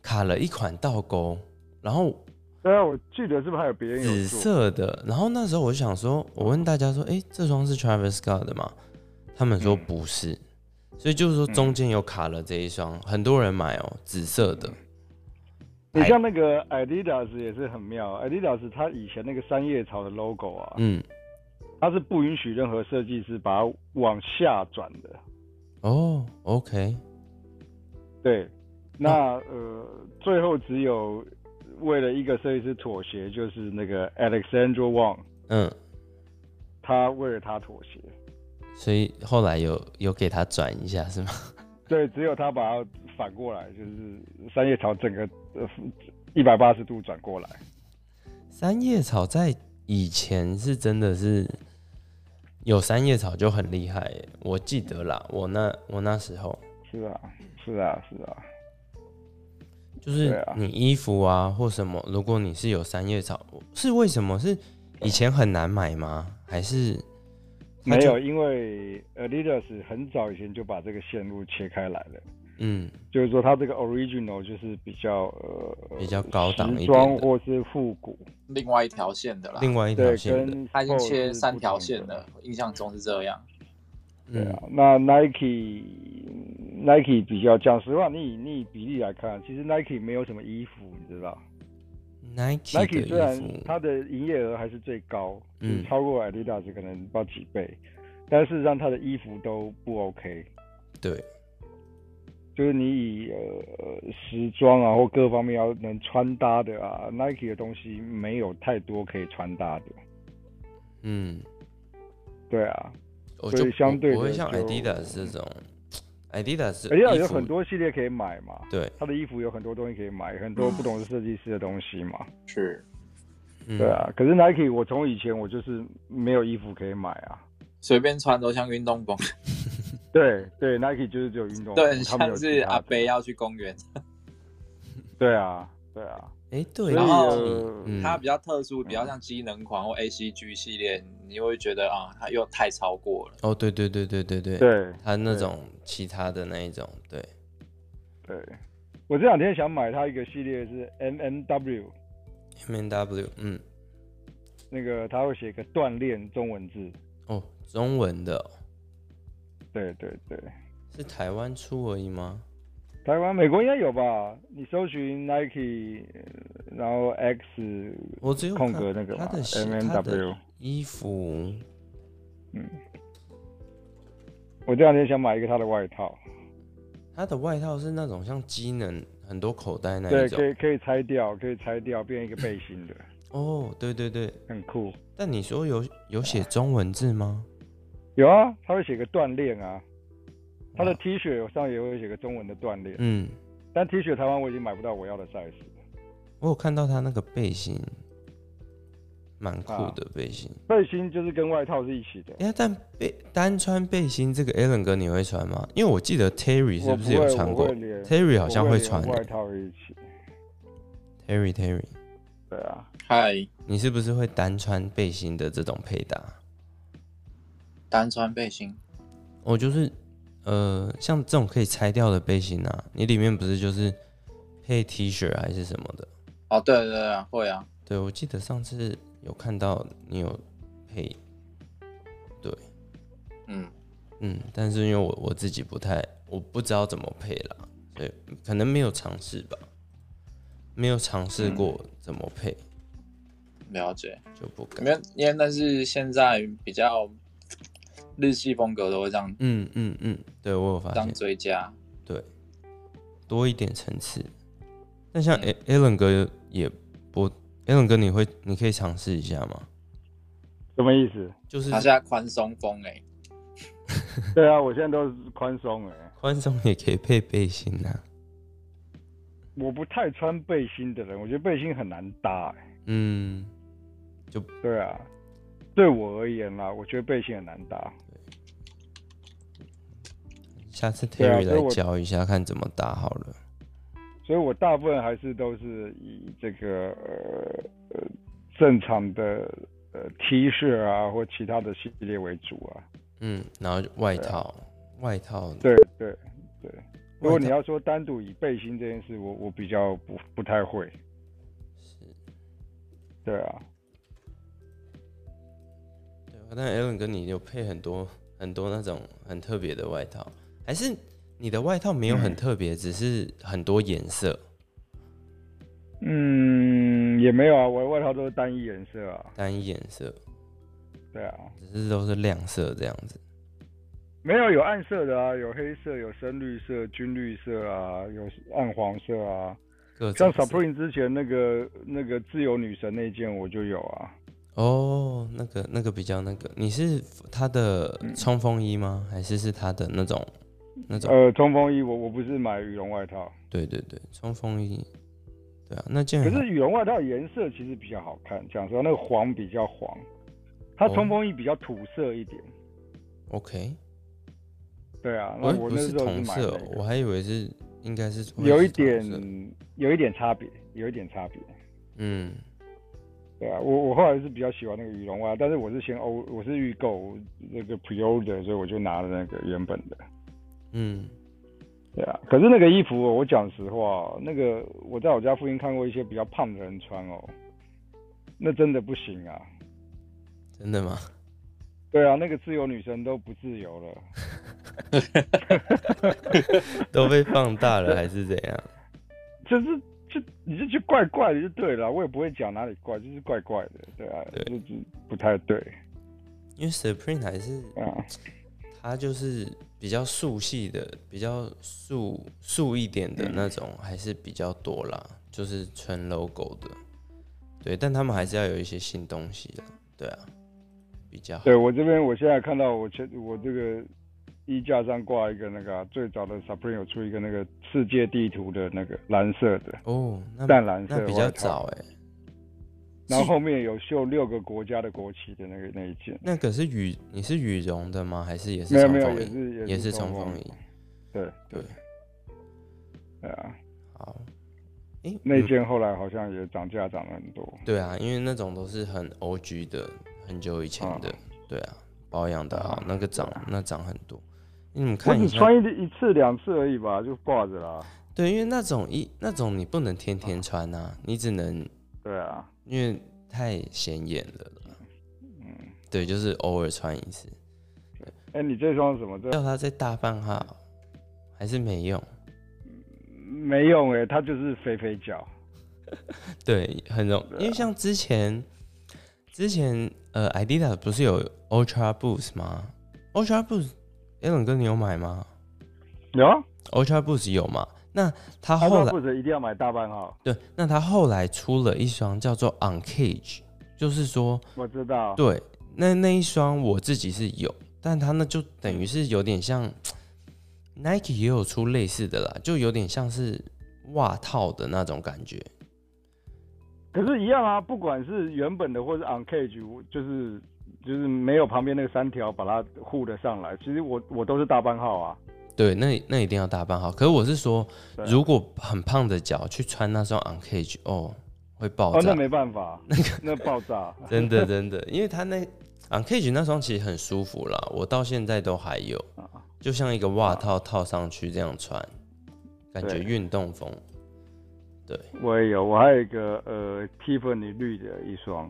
Speaker 1: 卡了一款倒钩，然后
Speaker 2: 对啊，我记得是不是还有别人有
Speaker 1: 紫
Speaker 2: 做？
Speaker 1: 色的，然后那时候我就想说，我问大家说，诶，这双是 Travis Scott 的吗？他们说
Speaker 2: 嗯
Speaker 1: 不是，所以就是说中间有卡了这一双，很多人买哦，紫色的，
Speaker 2: 你像那个 Adidas 也是很妙，Adidas 它以前那个三叶草的 logo 啊，
Speaker 1: 嗯，
Speaker 2: 它是不允许任何设计师把它往下转的。
Speaker 1: 哦，OK，嗯
Speaker 2: 对，那、呃，最后只有为了一个设计师妥协，就是那个 Alexander Wang，
Speaker 1: 嗯，
Speaker 2: 他为了他妥协。
Speaker 1: 所以后来有有给他转一下是吗？
Speaker 2: 对，只有他把它反过来，就是三叶草整个呃一百八十度转过来。
Speaker 1: 三叶草在以前是真的是有三叶草就很厉害耶，我记得啦，我那我那时候
Speaker 2: 是啊，是啊，是啊。
Speaker 1: 就
Speaker 2: 对
Speaker 1: 是
Speaker 2: 啊
Speaker 1: 你衣服啊或什么，如果你是有三叶草，是为什么？是以前很难买吗？还是它
Speaker 2: 没
Speaker 1: 就
Speaker 2: 有，因为 Adidas 很早以前就把这个线路切开来了，
Speaker 1: 嗯
Speaker 2: 就是说它这个 original 就是比较呃
Speaker 1: 比较高档一
Speaker 2: 时
Speaker 1: 点的
Speaker 2: 装或是复古，
Speaker 4: 另外一条线的啦。
Speaker 1: 另外一条
Speaker 2: 对，
Speaker 1: 线的？
Speaker 2: 跟
Speaker 4: 他已经
Speaker 2: Sport
Speaker 4: 切
Speaker 2: 是
Speaker 4: 三
Speaker 2: 不
Speaker 4: 条
Speaker 2: 同
Speaker 4: 线
Speaker 2: 的
Speaker 4: 了，印象中是这样。
Speaker 2: 对
Speaker 1: 嗯
Speaker 2: 啊，那 Nike Nike 比较讲实话，你以你以比例来看，其实 Nike 没有什么衣服，你知道
Speaker 1: ，Nike 的
Speaker 2: ？Nike 虽然
Speaker 1: 衣服，
Speaker 2: 它的营业额还是最高，
Speaker 1: 嗯
Speaker 2: 嗯，超过 Adidas 可能不知道几倍，但事实上它的衣服都不 OK，
Speaker 1: 对，
Speaker 2: 就是你以呃时装啊或各方面要能穿搭的啊，Nike 的东西没有太多可以穿搭的，
Speaker 1: 嗯，
Speaker 2: 对啊，
Speaker 1: 我
Speaker 2: 所
Speaker 1: 就
Speaker 2: 以相对
Speaker 1: 不不会
Speaker 2: 的
Speaker 1: 像
Speaker 2: 就
Speaker 1: Adidas 这种，Adidas
Speaker 2: 而且
Speaker 1: 呃衣
Speaker 2: 有
Speaker 1: 服
Speaker 2: 很多系列可以买嘛，
Speaker 1: 对，
Speaker 2: 它的衣服有很多东西可以买，很多不同的设计师的东西嘛。
Speaker 4: 是
Speaker 1: 嗯
Speaker 2: 对啊，可是 Nike 我从以前我就是没有衣服可以买啊。
Speaker 4: 随便穿都像运动风，
Speaker 2: 对对，Nike 就是只有运动服，
Speaker 4: 对，很
Speaker 2: 他们
Speaker 4: 像
Speaker 2: 有
Speaker 4: 是啊
Speaker 2: 其他
Speaker 4: 阿
Speaker 2: 的
Speaker 4: 北要去公园。
Speaker 2: 对啊，对啊，
Speaker 1: 哎、对，
Speaker 2: 所以
Speaker 1: 哦
Speaker 2: 呃
Speaker 1: 嗯
Speaker 4: 它比较特殊，比较像机能狂或 A C G 系列，你会觉得啊，它又太超过了。
Speaker 1: 哦，对对对对对对，
Speaker 2: 对
Speaker 1: 他那
Speaker 2: 对
Speaker 1: 种其他的那一种，对，
Speaker 2: 对。我这两天想买它一个系列是 MMW，
Speaker 1: M N W，嗯，
Speaker 2: 那个它会写一个锻炼中文字。
Speaker 1: 哦，中文的哦、
Speaker 2: 对对对，
Speaker 1: 是台湾出而已吗？
Speaker 2: 台湾、美国应该有吧？你搜寻 Nike，呃然后 X
Speaker 1: 我只有
Speaker 2: 空
Speaker 1: 看
Speaker 2: 格那个
Speaker 1: 他
Speaker 2: 嘛
Speaker 1: 的鞋他的
Speaker 2: MMW。
Speaker 1: 衣服，
Speaker 2: 我这两天想买一个它的外套，
Speaker 1: 他的外套是那种像机能很多口袋那
Speaker 2: 对，
Speaker 1: 一
Speaker 2: 可
Speaker 1: 种。
Speaker 2: 以可以拆掉，可以拆掉变一个背心
Speaker 1: [LAUGHS]
Speaker 2: 的，
Speaker 1: 哦，对对对，
Speaker 2: 很酷。
Speaker 1: 但你说有有写中文字吗？
Speaker 2: 有啊，他会写个锻炼啊，他的
Speaker 1: 哇
Speaker 2: T 恤上也会写个中文的锻炼，
Speaker 1: 嗯，
Speaker 2: 但 T 恤台湾我已经买不到我要的 size 了。
Speaker 1: 我有看到他那个背心，蛮酷
Speaker 2: 啊
Speaker 1: 的背心。
Speaker 2: 背心就是跟外套是一起的，
Speaker 1: 哎、但背单穿背心这个 Alan 哥你会穿吗？因为我记得 Terry 是
Speaker 2: 我
Speaker 1: 不是
Speaker 2: 会，
Speaker 1: 有穿
Speaker 2: 我
Speaker 1: 过
Speaker 2: 会连
Speaker 1: ？Terry 好像
Speaker 2: 我会连
Speaker 1: 穿欸、
Speaker 2: 外套一起。
Speaker 1: Terry Terry，
Speaker 2: 对啊，
Speaker 4: 嗨，
Speaker 1: 你是不是会单穿背心的这种配搭？
Speaker 4: 单穿背心，
Speaker 1: 我就是呃，像这种可以拆掉的背心啊，你里面不是就是配 T 恤还是什么的？
Speaker 4: 哦，对对对啊，会啊，
Speaker 1: 对，我记得上次有看到你有配，对，
Speaker 4: 嗯，
Speaker 1: 嗯，但是因为我我自己不太，我不知道怎么配啦，所以可能没有尝试吧，没有尝试过怎么配，
Speaker 4: 了解。
Speaker 1: 就不敢。
Speaker 4: 没有，因为那是现在比较日系风格都会这样
Speaker 1: 嗯嗯嗯，对我有发
Speaker 4: 这样
Speaker 1: 现，
Speaker 4: 追加，
Speaker 1: 对，多一点层次。但像
Speaker 2: 嗯
Speaker 1: A Alan 哥也不，Alan 哥你会你可以尝试一下吗？
Speaker 2: 什么意思？
Speaker 1: 就是
Speaker 4: 他现在宽松风哎、
Speaker 2: 对啊，我现在都是宽松哎，
Speaker 1: 宽松也可以配背心啊。
Speaker 2: 我不太穿背心的人，我觉得背心很难搭哎。
Speaker 1: 嗯，
Speaker 2: 对啊，对我而言啦，我觉得背心很难搭。
Speaker 1: 下次
Speaker 2: 对啊
Speaker 1: Terry
Speaker 2: 所以
Speaker 1: 来
Speaker 2: 我
Speaker 1: 教一下，看怎么打好了。
Speaker 2: 所以我大部分还是都是以这个呃呃正常的呃 T 恤啊或其他的系列为主啊。
Speaker 1: 嗯，然后就外套，外套，
Speaker 2: 对对对，如果
Speaker 1: 外
Speaker 2: 你
Speaker 1: 套
Speaker 2: 要说单独以背心这件事，我我比较不不太会。对啊，
Speaker 1: 对，但 Alan 跟你有配很多很多那种很特别的外套，还是你的外套没有很特别，只是很多颜色，
Speaker 2: 嗯，也没有啊，我的外套都是单一颜色啊。
Speaker 1: 单一颜色，
Speaker 2: 对啊，
Speaker 1: 只是都是亮色这样子。
Speaker 2: 没有有暗色的啊，有黑色，有深绿色、军绿色啊，有暗黄色啊。
Speaker 1: 各种
Speaker 2: 像
Speaker 1: 色
Speaker 2: Supreme 之前那个那个自由女神那件我就有啊。
Speaker 1: 哦，那个那个比较那个，你是他的
Speaker 2: 嗯
Speaker 1: 冲锋衣吗？还是是他的那种那种？
Speaker 2: 呃，冲锋衣我我不是买羽绒外套，
Speaker 1: 对对对，冲锋衣，对啊，那件
Speaker 2: 可
Speaker 1: 很
Speaker 2: 是羽绒外套颜色其实比较好看，讲实话，那个黄比较黄，它
Speaker 1: 哦
Speaker 2: 冲锋衣比较土色一点。
Speaker 1: OK，
Speaker 2: 对啊，那
Speaker 1: 哦
Speaker 2: 我
Speaker 1: 不
Speaker 2: 那
Speaker 1: 是
Speaker 2: 时候
Speaker 1: 同
Speaker 2: 买
Speaker 1: 色、
Speaker 2: 那
Speaker 1: 哦，我
Speaker 2: 个，
Speaker 1: 还以为是应该是会
Speaker 2: 有一
Speaker 1: 是同色
Speaker 2: 点有一点差别，有一点差别。
Speaker 1: 嗯，
Speaker 2: 对啊，我我后来是比较喜欢那个羽绒外套，但是我是先欧，我是预购那个 pre-order，所以我就拿了那个原本的。
Speaker 1: 嗯，
Speaker 2: 对啊，可是那个衣服哦、我讲实话哦，那个我在我家附近看过一些比较胖的人穿哦，那真的不行啊。
Speaker 1: 真的吗？
Speaker 2: 对啊，那个自由女神都不自由了。
Speaker 1: [LAUGHS] 都被放大了还是怎样？
Speaker 2: 就是就你就觉得怪怪的就对了，我也不会讲哪里怪，就是怪怪的，对啊，
Speaker 1: 对
Speaker 2: 就是不太对
Speaker 1: [LAUGHS] 因为 Supreme 还是
Speaker 2: 啊，
Speaker 1: 它就是比较素系的，比较素素一点的那种，还是比较多啦，就是纯 logo 的。对，但他们还是要有一些新东西的，对啊，比较好。
Speaker 2: 对我这边我现在看到我前我这个衣架上挂一个那个啊、最早的 Supreme 有出一个那个世界地图的那个蓝色的，
Speaker 1: 哦，那
Speaker 2: 淡蓝色
Speaker 1: 那比较
Speaker 2: 外套
Speaker 1: 早哎、
Speaker 2: 然后后面有绣六个国家的国旗的那个那一件，
Speaker 1: 那个是羽，你是羽绒的吗？还是也是
Speaker 2: 没有
Speaker 1: 冲
Speaker 2: 没有
Speaker 1: 锋
Speaker 2: 也
Speaker 1: 衣？
Speaker 2: 是
Speaker 1: 也
Speaker 2: 是
Speaker 1: 冲
Speaker 2: 锋
Speaker 1: 锋衣，
Speaker 2: 对
Speaker 1: 对，
Speaker 2: 对啊，
Speaker 1: 好。诶，
Speaker 2: 那
Speaker 1: 嗯
Speaker 2: 件后来好像也涨价涨了很多，
Speaker 1: 对啊，因为那种都是很 O G 的，很久以前的，
Speaker 2: 啊
Speaker 1: 对啊，保养的好
Speaker 2: 啊，
Speaker 1: 那个涨那涨很多。你们
Speaker 2: 我
Speaker 1: 看一
Speaker 2: 只
Speaker 1: 下，
Speaker 2: 穿一一次两次而已吧，就挂着啦，
Speaker 1: 对，因为那种一那种你不能天天穿啊，你只能
Speaker 2: 对啊，
Speaker 1: 因为太显眼了啦
Speaker 2: 嗯，
Speaker 1: 对，就是偶尔穿一次。
Speaker 2: 哎，你这双是什么？这
Speaker 1: 要它在大半号还是没用，
Speaker 2: 没用哎、它就是肥肥脚。
Speaker 1: 对，很容，因为像之前之前呃，Adidas 不是有 Ultra Boost 吗？Ultra Boost，Alan 哥你有买吗？
Speaker 2: 有啊，
Speaker 1: Ultra Boost 有嘛？那他
Speaker 2: 他
Speaker 1: 后
Speaker 2: 说
Speaker 1: 来
Speaker 2: 不者一定要买大半号，
Speaker 1: 对，那他后来出了一双叫做 Uncage，就是说
Speaker 2: 我知道。
Speaker 1: 对，那那一双我自己是有，但它呢就等于是有点像 Nike 也有出类似的啦，就有点像是袜套的那种感觉。
Speaker 2: 可是，一样啊，不管是原本的或是 on cage，我就是就是没有旁边那个三条把它护得上来。其实我我都是大半号啊。
Speaker 1: 对，那那一定要大半号。可是我是说，
Speaker 2: 对啊
Speaker 1: 如果很胖的脚去穿那双 Uncage，哦，会爆
Speaker 2: 哦，
Speaker 1: 炸。 [LAUGHS]
Speaker 2: 那没办法，那爆炸。 [LAUGHS]
Speaker 1: 真的真的，因为他那 Uncage 那双其实很舒服啦，我到现在都还有，
Speaker 2: 啊
Speaker 1: 就像一个袜套套上去这样穿，感觉
Speaker 2: 对
Speaker 1: 运动风。对，
Speaker 2: 我也有，我还有一个呃 Tiffany 绿的一双，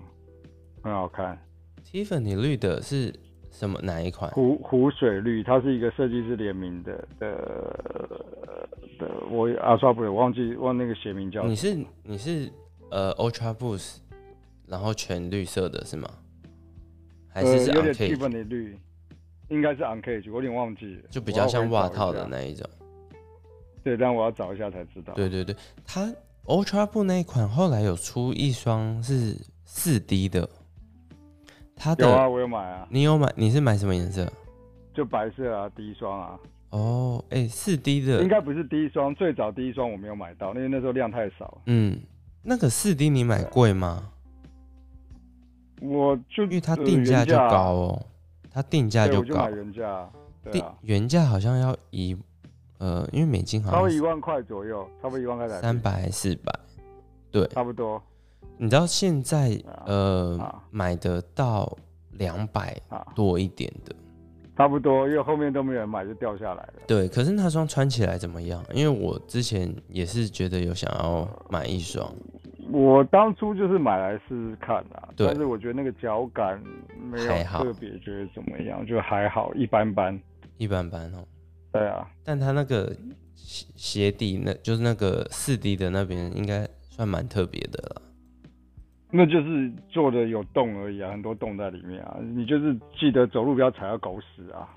Speaker 2: 很好看，
Speaker 1: Tiffany 绿的是什么哪一款？
Speaker 2: 湖湖水绿，它是一个设计师联名的的的，我阿刷不了，忘记忘那个鞋名叫什
Speaker 1: 你
Speaker 2: 么，
Speaker 1: 是你是呃 Ultra Boost，然后全绿色的是吗？还是是
Speaker 2: 呃、有点
Speaker 1: Uncage，
Speaker 2: Tiffany 绿，应该是 Uncage，我有点忘记了，
Speaker 1: 就比较像
Speaker 2: 我要
Speaker 1: 袜
Speaker 2: 回去找
Speaker 1: 套
Speaker 2: 一下
Speaker 1: 的那一种。
Speaker 2: 对，但我要找一下才知道。
Speaker 1: 对对对，它 Ultra Boost 那一款后来有出一双是四 D 的，它
Speaker 2: 有啊，
Speaker 1: 的
Speaker 2: 我有买啊，
Speaker 1: 你有买？你是买什么颜色？
Speaker 2: 就白色啊，第一双啊，
Speaker 1: 哦，哎，四 D 的
Speaker 2: 应，该不是第一双，最早第一双我没有买到，因为那时候量太少。
Speaker 1: 嗯，那个四 D 你买贵吗？
Speaker 2: 我就呃
Speaker 1: 因为它定价就高哦，它定价
Speaker 2: 呃
Speaker 1: 就
Speaker 2: 原价啊对，我就
Speaker 1: 高
Speaker 2: 买，原价，对
Speaker 1: 定
Speaker 2: 啊，
Speaker 1: 原价好像要一，呃，因为美金好
Speaker 2: 差
Speaker 1: 像
Speaker 2: 不多
Speaker 1: 是
Speaker 2: 一万块左右，差不多一万块台
Speaker 1: 三
Speaker 2: 币，
Speaker 1: 百还四百，对，
Speaker 2: 差不多
Speaker 1: 你知道现在
Speaker 2: 啊
Speaker 1: 呃
Speaker 2: 啊
Speaker 1: 买得到两百
Speaker 2: 啊，
Speaker 1: 多一点的，
Speaker 2: 差不多，因为后面都没有人买，就掉下来了。
Speaker 1: 对，可是那双穿起来怎么样？因为我之前也是觉得有想要买一双，
Speaker 2: 我当初就是买来试试看啊，
Speaker 1: 对
Speaker 2: 但是我觉得那个脚感没有
Speaker 1: 还好
Speaker 2: 特别觉得怎么样，就还好，一般般。
Speaker 1: 一般般哦，
Speaker 2: 对啊，
Speaker 1: 但它那个鞋鞋底那就是那个四 D 的那边应该算蛮特别的了，
Speaker 2: 那就是做的有洞而已啊，很多洞在里面啊。你就是记得走路不要踩到狗屎啊，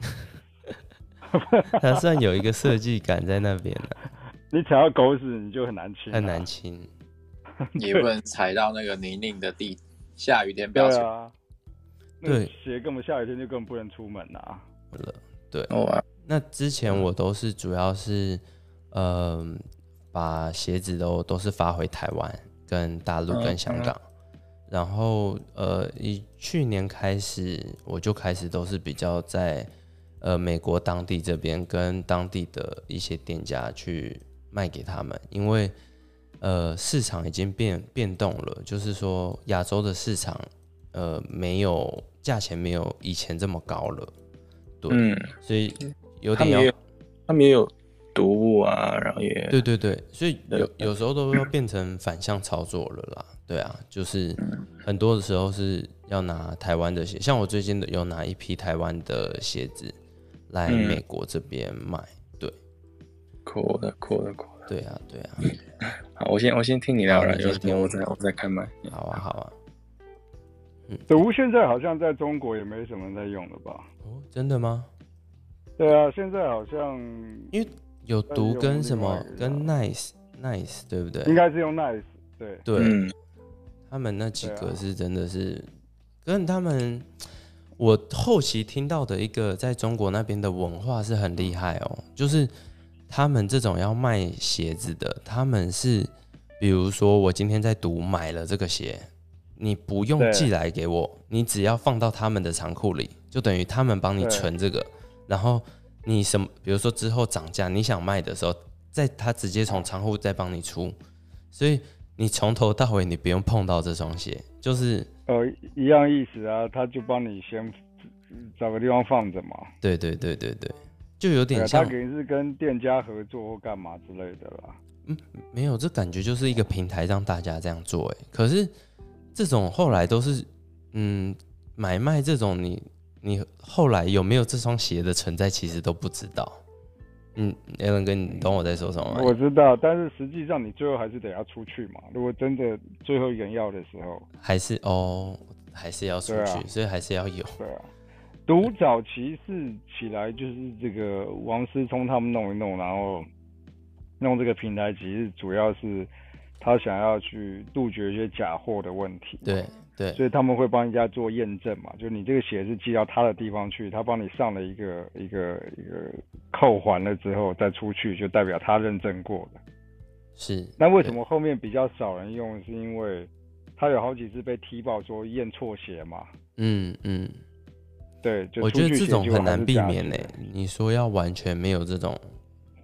Speaker 1: [LAUGHS] 它算有一个设计感在那边了，
Speaker 2: 你踩到狗屎你就很难清、啊
Speaker 1: 很难。清。
Speaker 4: 也不能踩到那个泥泞的地，下雨天不
Speaker 2: 对
Speaker 4: 要出
Speaker 2: 啊，那个
Speaker 1: 对
Speaker 2: 鞋根本下雨天就根本不能出门啊。
Speaker 1: 了。对，
Speaker 4: 门啊。
Speaker 1: 那之前我都是主要是，呃，把鞋子都都是发回台湾、跟大陆、
Speaker 4: 嗯
Speaker 1: 跟香港，然后呃，以去年开始我就开始都是比较在呃美国当地这边跟当地的一些店家去卖给他们，因为呃市场已经变变动了，就是说亚洲的市场呃没有价钱没有以前这么高了。对，
Speaker 3: 嗯，
Speaker 1: 所以有
Speaker 3: 他
Speaker 1: 点
Speaker 3: 们也
Speaker 1: 要
Speaker 3: 有，他们也有毒物啊，然后也
Speaker 1: 对对对，所以
Speaker 3: 对
Speaker 1: 有有时候都要变成反向操作了啦。对啊，就是
Speaker 2: 嗯
Speaker 1: 很多的时候是要拿台湾的鞋，像我最近有拿一批台湾的鞋子来
Speaker 3: 嗯
Speaker 1: 美国这边卖。
Speaker 3: 酷的酷的酷的。
Speaker 1: 对啊，对啊，
Speaker 3: [LAUGHS] 好，我先我先听你聊
Speaker 1: 好
Speaker 3: 了，
Speaker 1: 你
Speaker 3: 有
Speaker 1: 先
Speaker 3: 什
Speaker 1: 听
Speaker 3: 么
Speaker 1: 我
Speaker 3: 我再我再看麦。
Speaker 1: 好啊，好啊。
Speaker 2: 德屋现在好像在中国也没什么人在用了吧？
Speaker 1: 哦，真的吗？
Speaker 2: 对啊，现在好像
Speaker 1: 因为有
Speaker 2: 但是
Speaker 1: 毒
Speaker 2: 用
Speaker 1: 跟
Speaker 2: 另
Speaker 1: 什
Speaker 2: 外
Speaker 1: 么
Speaker 2: 一个啊
Speaker 1: 跟 nice nice 对不
Speaker 2: 应
Speaker 1: 对？
Speaker 2: 该是用 Nice，对，
Speaker 1: 对，
Speaker 3: 嗯，
Speaker 1: 他们那几
Speaker 2: 对
Speaker 1: 个
Speaker 2: 啊
Speaker 1: 是真的是跟他们，我后期听到的一个在中国那边的文化是很厉害哦，就是他们这种要卖鞋子的，他们是比如说我今天在读买了这个鞋，你不用
Speaker 2: 对
Speaker 1: 寄来给我，你只要放到他们的仓库里，就等于他们帮你
Speaker 2: 对
Speaker 1: 存这个，然后你什么，比如说之后涨价，你想卖的时候，在他直接从仓库再帮你出，所以你从头到尾你不用碰到这双鞋，就是
Speaker 2: 呃，一样意思啊，他就帮你先找个地方放着嘛。
Speaker 1: 对对对对对，就有
Speaker 2: 对、
Speaker 1: 点
Speaker 2: 啊，他
Speaker 1: 像
Speaker 2: 肯定是跟店家合作或干嘛之类的啦。
Speaker 1: 没有，这感觉就是一个平台让大家这样做哎。可是这种后来都是，嗯，买卖这种你你后来有没有这双鞋的存在，其实都不知道。嗯，Alan 哥，你懂我在说什么
Speaker 2: 我
Speaker 1: 吗？
Speaker 2: 知道，但是实际上你最后还是得要出去嘛。如果真的最后一个人要的时候，
Speaker 1: 还是哦，还是要出
Speaker 2: 对
Speaker 1: 去，
Speaker 2: 啊
Speaker 1: 所以还是要有。
Speaker 2: 对啊。独早期是起来就是这个王思聪他们弄一弄，然后弄这个平台，其实主要是他想要去杜绝一些假货的问题。
Speaker 1: 对对
Speaker 2: 啊所以他们会帮人家做验证嘛，就你这个鞋是寄到他的地方去，他帮你上了一个一个一个扣环了之后再出去，就代表他认证过的。
Speaker 1: 是。
Speaker 2: 那为什么后面比较少人用？是因为他有好几次被踢爆说验错鞋嘛，
Speaker 1: 嗯嗯，
Speaker 2: 对，就
Speaker 1: 我觉得
Speaker 2: 出去
Speaker 1: 这
Speaker 2: 鞋
Speaker 1: 种
Speaker 2: 结果
Speaker 1: 很
Speaker 2: 还是
Speaker 1: 难避
Speaker 2: 假
Speaker 1: 免欸
Speaker 2: 鞋
Speaker 1: 哎。你说要完全没有这种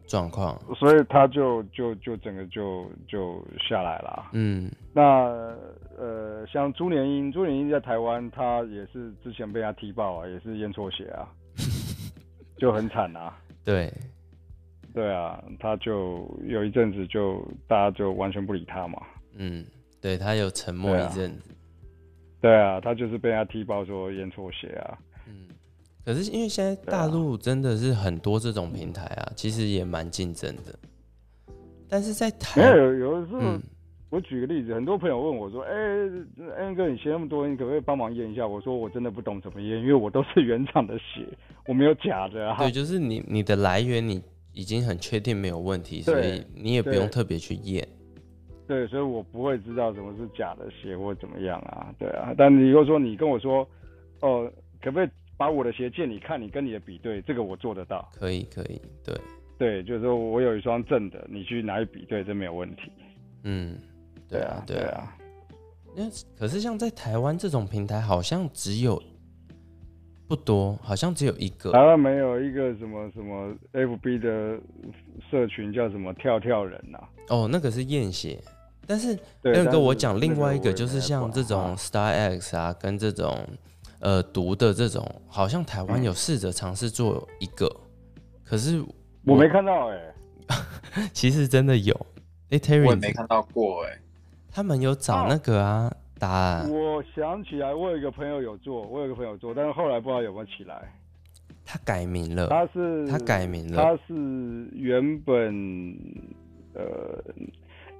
Speaker 1: 状况，
Speaker 2: 所以他就就就整个就就下来了啊。
Speaker 1: 嗯
Speaker 2: 那呃，像朱连英，朱连英在台湾，他也是之前被他踢爆啊，也是咽错血
Speaker 1: [LAUGHS]
Speaker 2: 啊，就很惨啊。
Speaker 1: 对，
Speaker 2: 对啊，他就有一阵子就大家就完全不理他嘛。
Speaker 1: 嗯，对他有沉默
Speaker 2: 对啊
Speaker 1: 一阵子，
Speaker 2: 对啊，他就是被他踢爆说咽错血啊。
Speaker 1: 嗯，可是因为现在大陆真的是很多这种平台啊，其实也蛮竞争的，但是在
Speaker 2: 没
Speaker 1: 台，
Speaker 2: 有，有的时候、
Speaker 1: 嗯，
Speaker 2: 我举个例子，很多朋友问我说：“哎、恩哥，你写那么多，你可不可以帮忙验一下？”我说：“我真的不懂怎么验，因为我都是原厂的血，我没有假的啊。
Speaker 1: 对，就是你你的来源你已经很确定没有问题，所
Speaker 2: 对
Speaker 1: 以你也不
Speaker 2: 对
Speaker 1: 用特别去验，
Speaker 2: 对，所以我不会知道什么是假的血或怎么样啊。对啊，但你又说你跟我说，哦，可不可以把我的鞋借你看，你跟你的比对，这个我做得到。
Speaker 1: 可以可以，对，
Speaker 2: 对，就是说我有一双正的，你去拿去比对，这没有问题。
Speaker 1: 嗯，
Speaker 2: 对
Speaker 1: 对啊
Speaker 2: 对
Speaker 1: 对啊，，那可是像在台湾这种平台，好像只有不多，好像只有一个。
Speaker 2: 台湾没有一个什么什么 FB 的社群叫什么跳跳人呐、啊。
Speaker 1: 哦，那个是验血，但是
Speaker 2: 对，
Speaker 1: 那
Speaker 2: 但
Speaker 1: 个
Speaker 2: 是
Speaker 1: 我讲
Speaker 2: 那
Speaker 1: 另外一
Speaker 2: 我
Speaker 1: 个，
Speaker 2: 也
Speaker 1: 就是
Speaker 2: 没
Speaker 1: 像
Speaker 2: 管
Speaker 1: 这种
Speaker 2: 啊
Speaker 1: Star X 啊，跟这种呃毒的这种，好像台湾有试着尝试做一个，可是 [LAUGHS]
Speaker 2: 我
Speaker 1: 嗯
Speaker 2: 没看到哎、
Speaker 1: 其实真的有。哎、t e r r
Speaker 4: 我也
Speaker 1: y
Speaker 4: 没看到过哎、
Speaker 1: 他们有找那个啊，打
Speaker 2: 我想起来，我有一个朋友有做，我有一个朋友做，但是后来不知道有没有起来。
Speaker 1: 他改名了，
Speaker 2: 他是
Speaker 1: 呃他改名了
Speaker 2: 他是原本呃，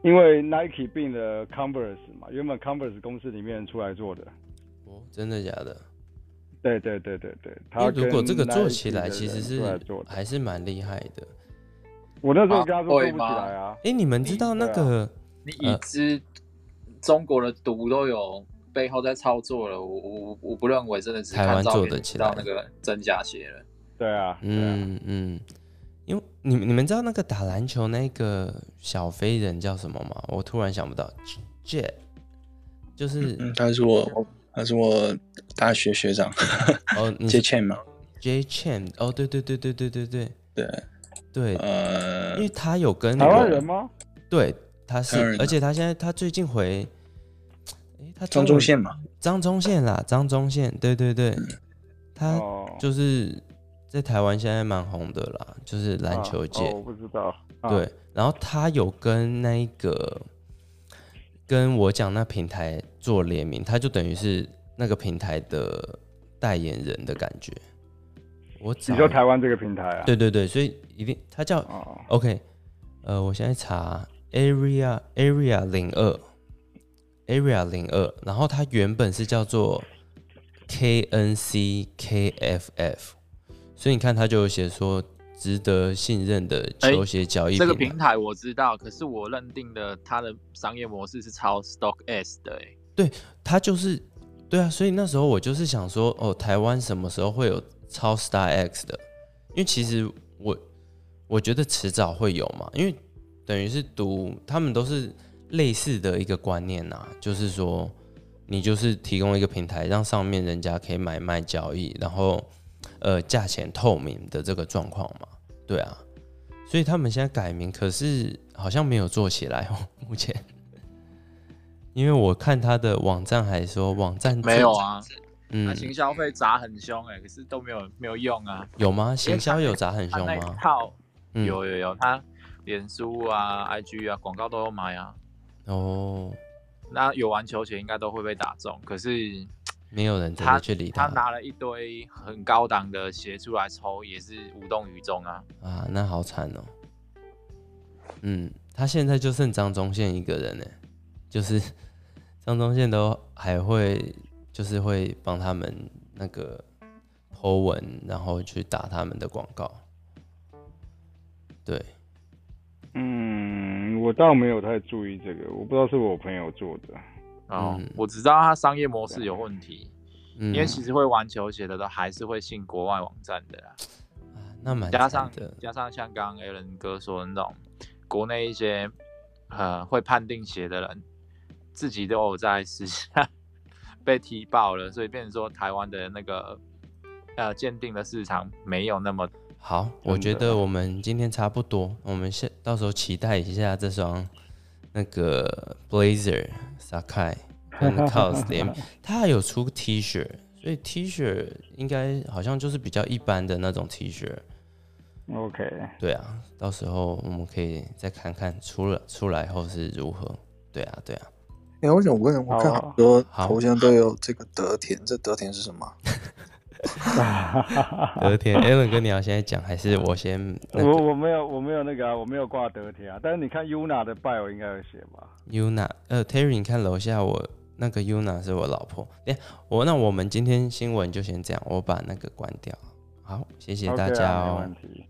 Speaker 2: 因为 Nike 并了 Converse 嘛，原本 Converse 公司里面出来做的。
Speaker 1: 哦，真的假的？
Speaker 2: 对对对对对，
Speaker 1: 因
Speaker 2: 他
Speaker 1: 为如果这个做起来，
Speaker 2: 跟 Nike
Speaker 1: 其
Speaker 2: 的
Speaker 1: 实是
Speaker 2: 人出来做的。
Speaker 1: 还是蛮厉害的。
Speaker 2: 我那时候跟他说做
Speaker 4: 啊会
Speaker 2: 不起
Speaker 4: 吗
Speaker 2: 来啊。
Speaker 1: 哎、你们知道那
Speaker 2: 对啊
Speaker 1: 个？
Speaker 4: 你
Speaker 1: 呃
Speaker 4: 已知中国的毒都有背后在操作了，我我我我不认为真的只是
Speaker 1: 台湾
Speaker 4: 看照
Speaker 1: 做
Speaker 4: 片
Speaker 1: 得
Speaker 4: 就
Speaker 1: 起
Speaker 4: 知道
Speaker 1: 来
Speaker 4: 那个真假鞋了。
Speaker 2: 对啊，对啊，
Speaker 1: 嗯嗯，因为你们你们知道那个打篮球那个小飞人叫什么吗？我突然想不到，Jet，就是
Speaker 3: 嗯，他是我，他是我大学学长，
Speaker 1: 哦，你
Speaker 3: 借
Speaker 1: 是
Speaker 3: 钱 [LAUGHS] 嘛，
Speaker 1: J Chen，哦，对对对对对对对
Speaker 3: 对，
Speaker 1: 对，
Speaker 3: 呃
Speaker 1: 因，为他有跟
Speaker 2: 啊台湾
Speaker 1: 我
Speaker 2: 人？吗？
Speaker 1: 对，他
Speaker 3: 台湾
Speaker 1: 是
Speaker 3: 人，啊
Speaker 1: 而且他现在他最近回，诶，他中
Speaker 3: 张
Speaker 1: 文
Speaker 3: 忠宪，嘛，
Speaker 1: 张忠宪啦，张忠宪，对对对，他
Speaker 2: 嗯哦，
Speaker 1: 就是在台湾现在蛮红的啦，就是篮球界
Speaker 2: 啊哦，我不知道。啊，
Speaker 1: 对，然后他有跟那一个跟我讲那平台做联名，他就等于是那个平台的代言人的感觉。我找
Speaker 2: 你说台湾这个平台啊？
Speaker 1: 对对对，所以一定他叫、
Speaker 2: 哦，
Speaker 1: OK，呃，我现在查 Area Area 零二 Area 零二，然后它原本是叫做 KNC KFF，所以你看他就有写说值得信任的
Speaker 4: 哎
Speaker 1: 球鞋交易
Speaker 4: 这个
Speaker 1: 平台
Speaker 4: 平台我知道，可是我认定的它的商业模式是抄 Stock S 的、欸，
Speaker 1: 他就是对啊，所以那时候我就是想说，哦，台湾什么时候会有超 Star X 的？因为其实我我觉得迟早会有嘛，因为等于是读他们都是类似的一个观念呐、就是说你就是提供一个平台，让上面人家可以买卖交易，然后呃价钱透明的这个状况嘛，对啊，所以他们现在改名，可是好像没有做起来哦，目前。
Speaker 4: [LAUGHS]
Speaker 1: 因为我看他的网站还说网站
Speaker 4: 没有，啊，它
Speaker 1: 嗯，
Speaker 4: 行销费砸很凶哎、可是都没有没有用啊。
Speaker 1: 有吗？行销有砸很
Speaker 4: 它
Speaker 1: 凶
Speaker 4: 那一
Speaker 1: 吗？
Speaker 4: 套
Speaker 1: 嗯
Speaker 4: 有有有，它脸书啊、IG 啊广告都有买啊。
Speaker 1: 哦，
Speaker 4: 那有玩球鞋应该都会被打中，可是
Speaker 1: 没有人真
Speaker 4: 他
Speaker 1: 的去理
Speaker 4: 他
Speaker 1: 他
Speaker 4: 拿了一堆很高档的鞋出来抽，也是无动于衷啊。
Speaker 1: 啊，那好惨哦。嗯，他现在就剩张忠宪一个人呢，欸就是 [LAUGHS] 张忠宪都还会就是会帮他们那个 Po 文，然后去打他们的广告。对，
Speaker 2: 嗯，我倒没有太注意这个，我不知道是我朋友做的。
Speaker 4: 哦，
Speaker 1: 嗯
Speaker 4: 我只知道它商业模式有问题，
Speaker 1: 嗯
Speaker 4: 因为其实会玩球鞋的都还是会信国外网站的啦，
Speaker 1: 啊那蛮
Speaker 4: 加
Speaker 1: 惨
Speaker 4: 上
Speaker 1: 的，
Speaker 4: 加上像刚刚 a l n 哥说的那种，国内一些呃会判定鞋的人，自己都有在私下 [LAUGHS] 被踢爆了，所以变成说台湾的那个呃鉴定的市场没有那么
Speaker 1: 好，我觉得我们今天差不多，我们下到时候期待一下这双那个 Blazer Sakai 跟 Cos 联名，它还有出 T 恤，所以 T 恤应该好像就是比较一般的那种 T 恤。 [LAUGHS]
Speaker 2: OK，
Speaker 1: 对啊，到时候我们可以再看看出了出来后是如何。对啊，对啊，
Speaker 3: 哎、我想问，我看
Speaker 2: 好啊
Speaker 3: 好多
Speaker 1: 好
Speaker 3: 头像都有这个德田，这德田是什么？啊
Speaker 1: 德天 Alan 跟你要现在讲，还是我先那个
Speaker 2: 我我没有我没有那个啊，我没有挂德铁啊，但是你看 Yuna 的 bio 应该有写吧？
Speaker 1: Yuna，呃，Terry，你看楼下我那个 Yuna 是我老婆。哎，我那我们今天新闻就先这样，我把那个关掉。好，谢谢大
Speaker 2: OK
Speaker 1: 家
Speaker 2: 啊
Speaker 1: 哦。
Speaker 2: 没问题。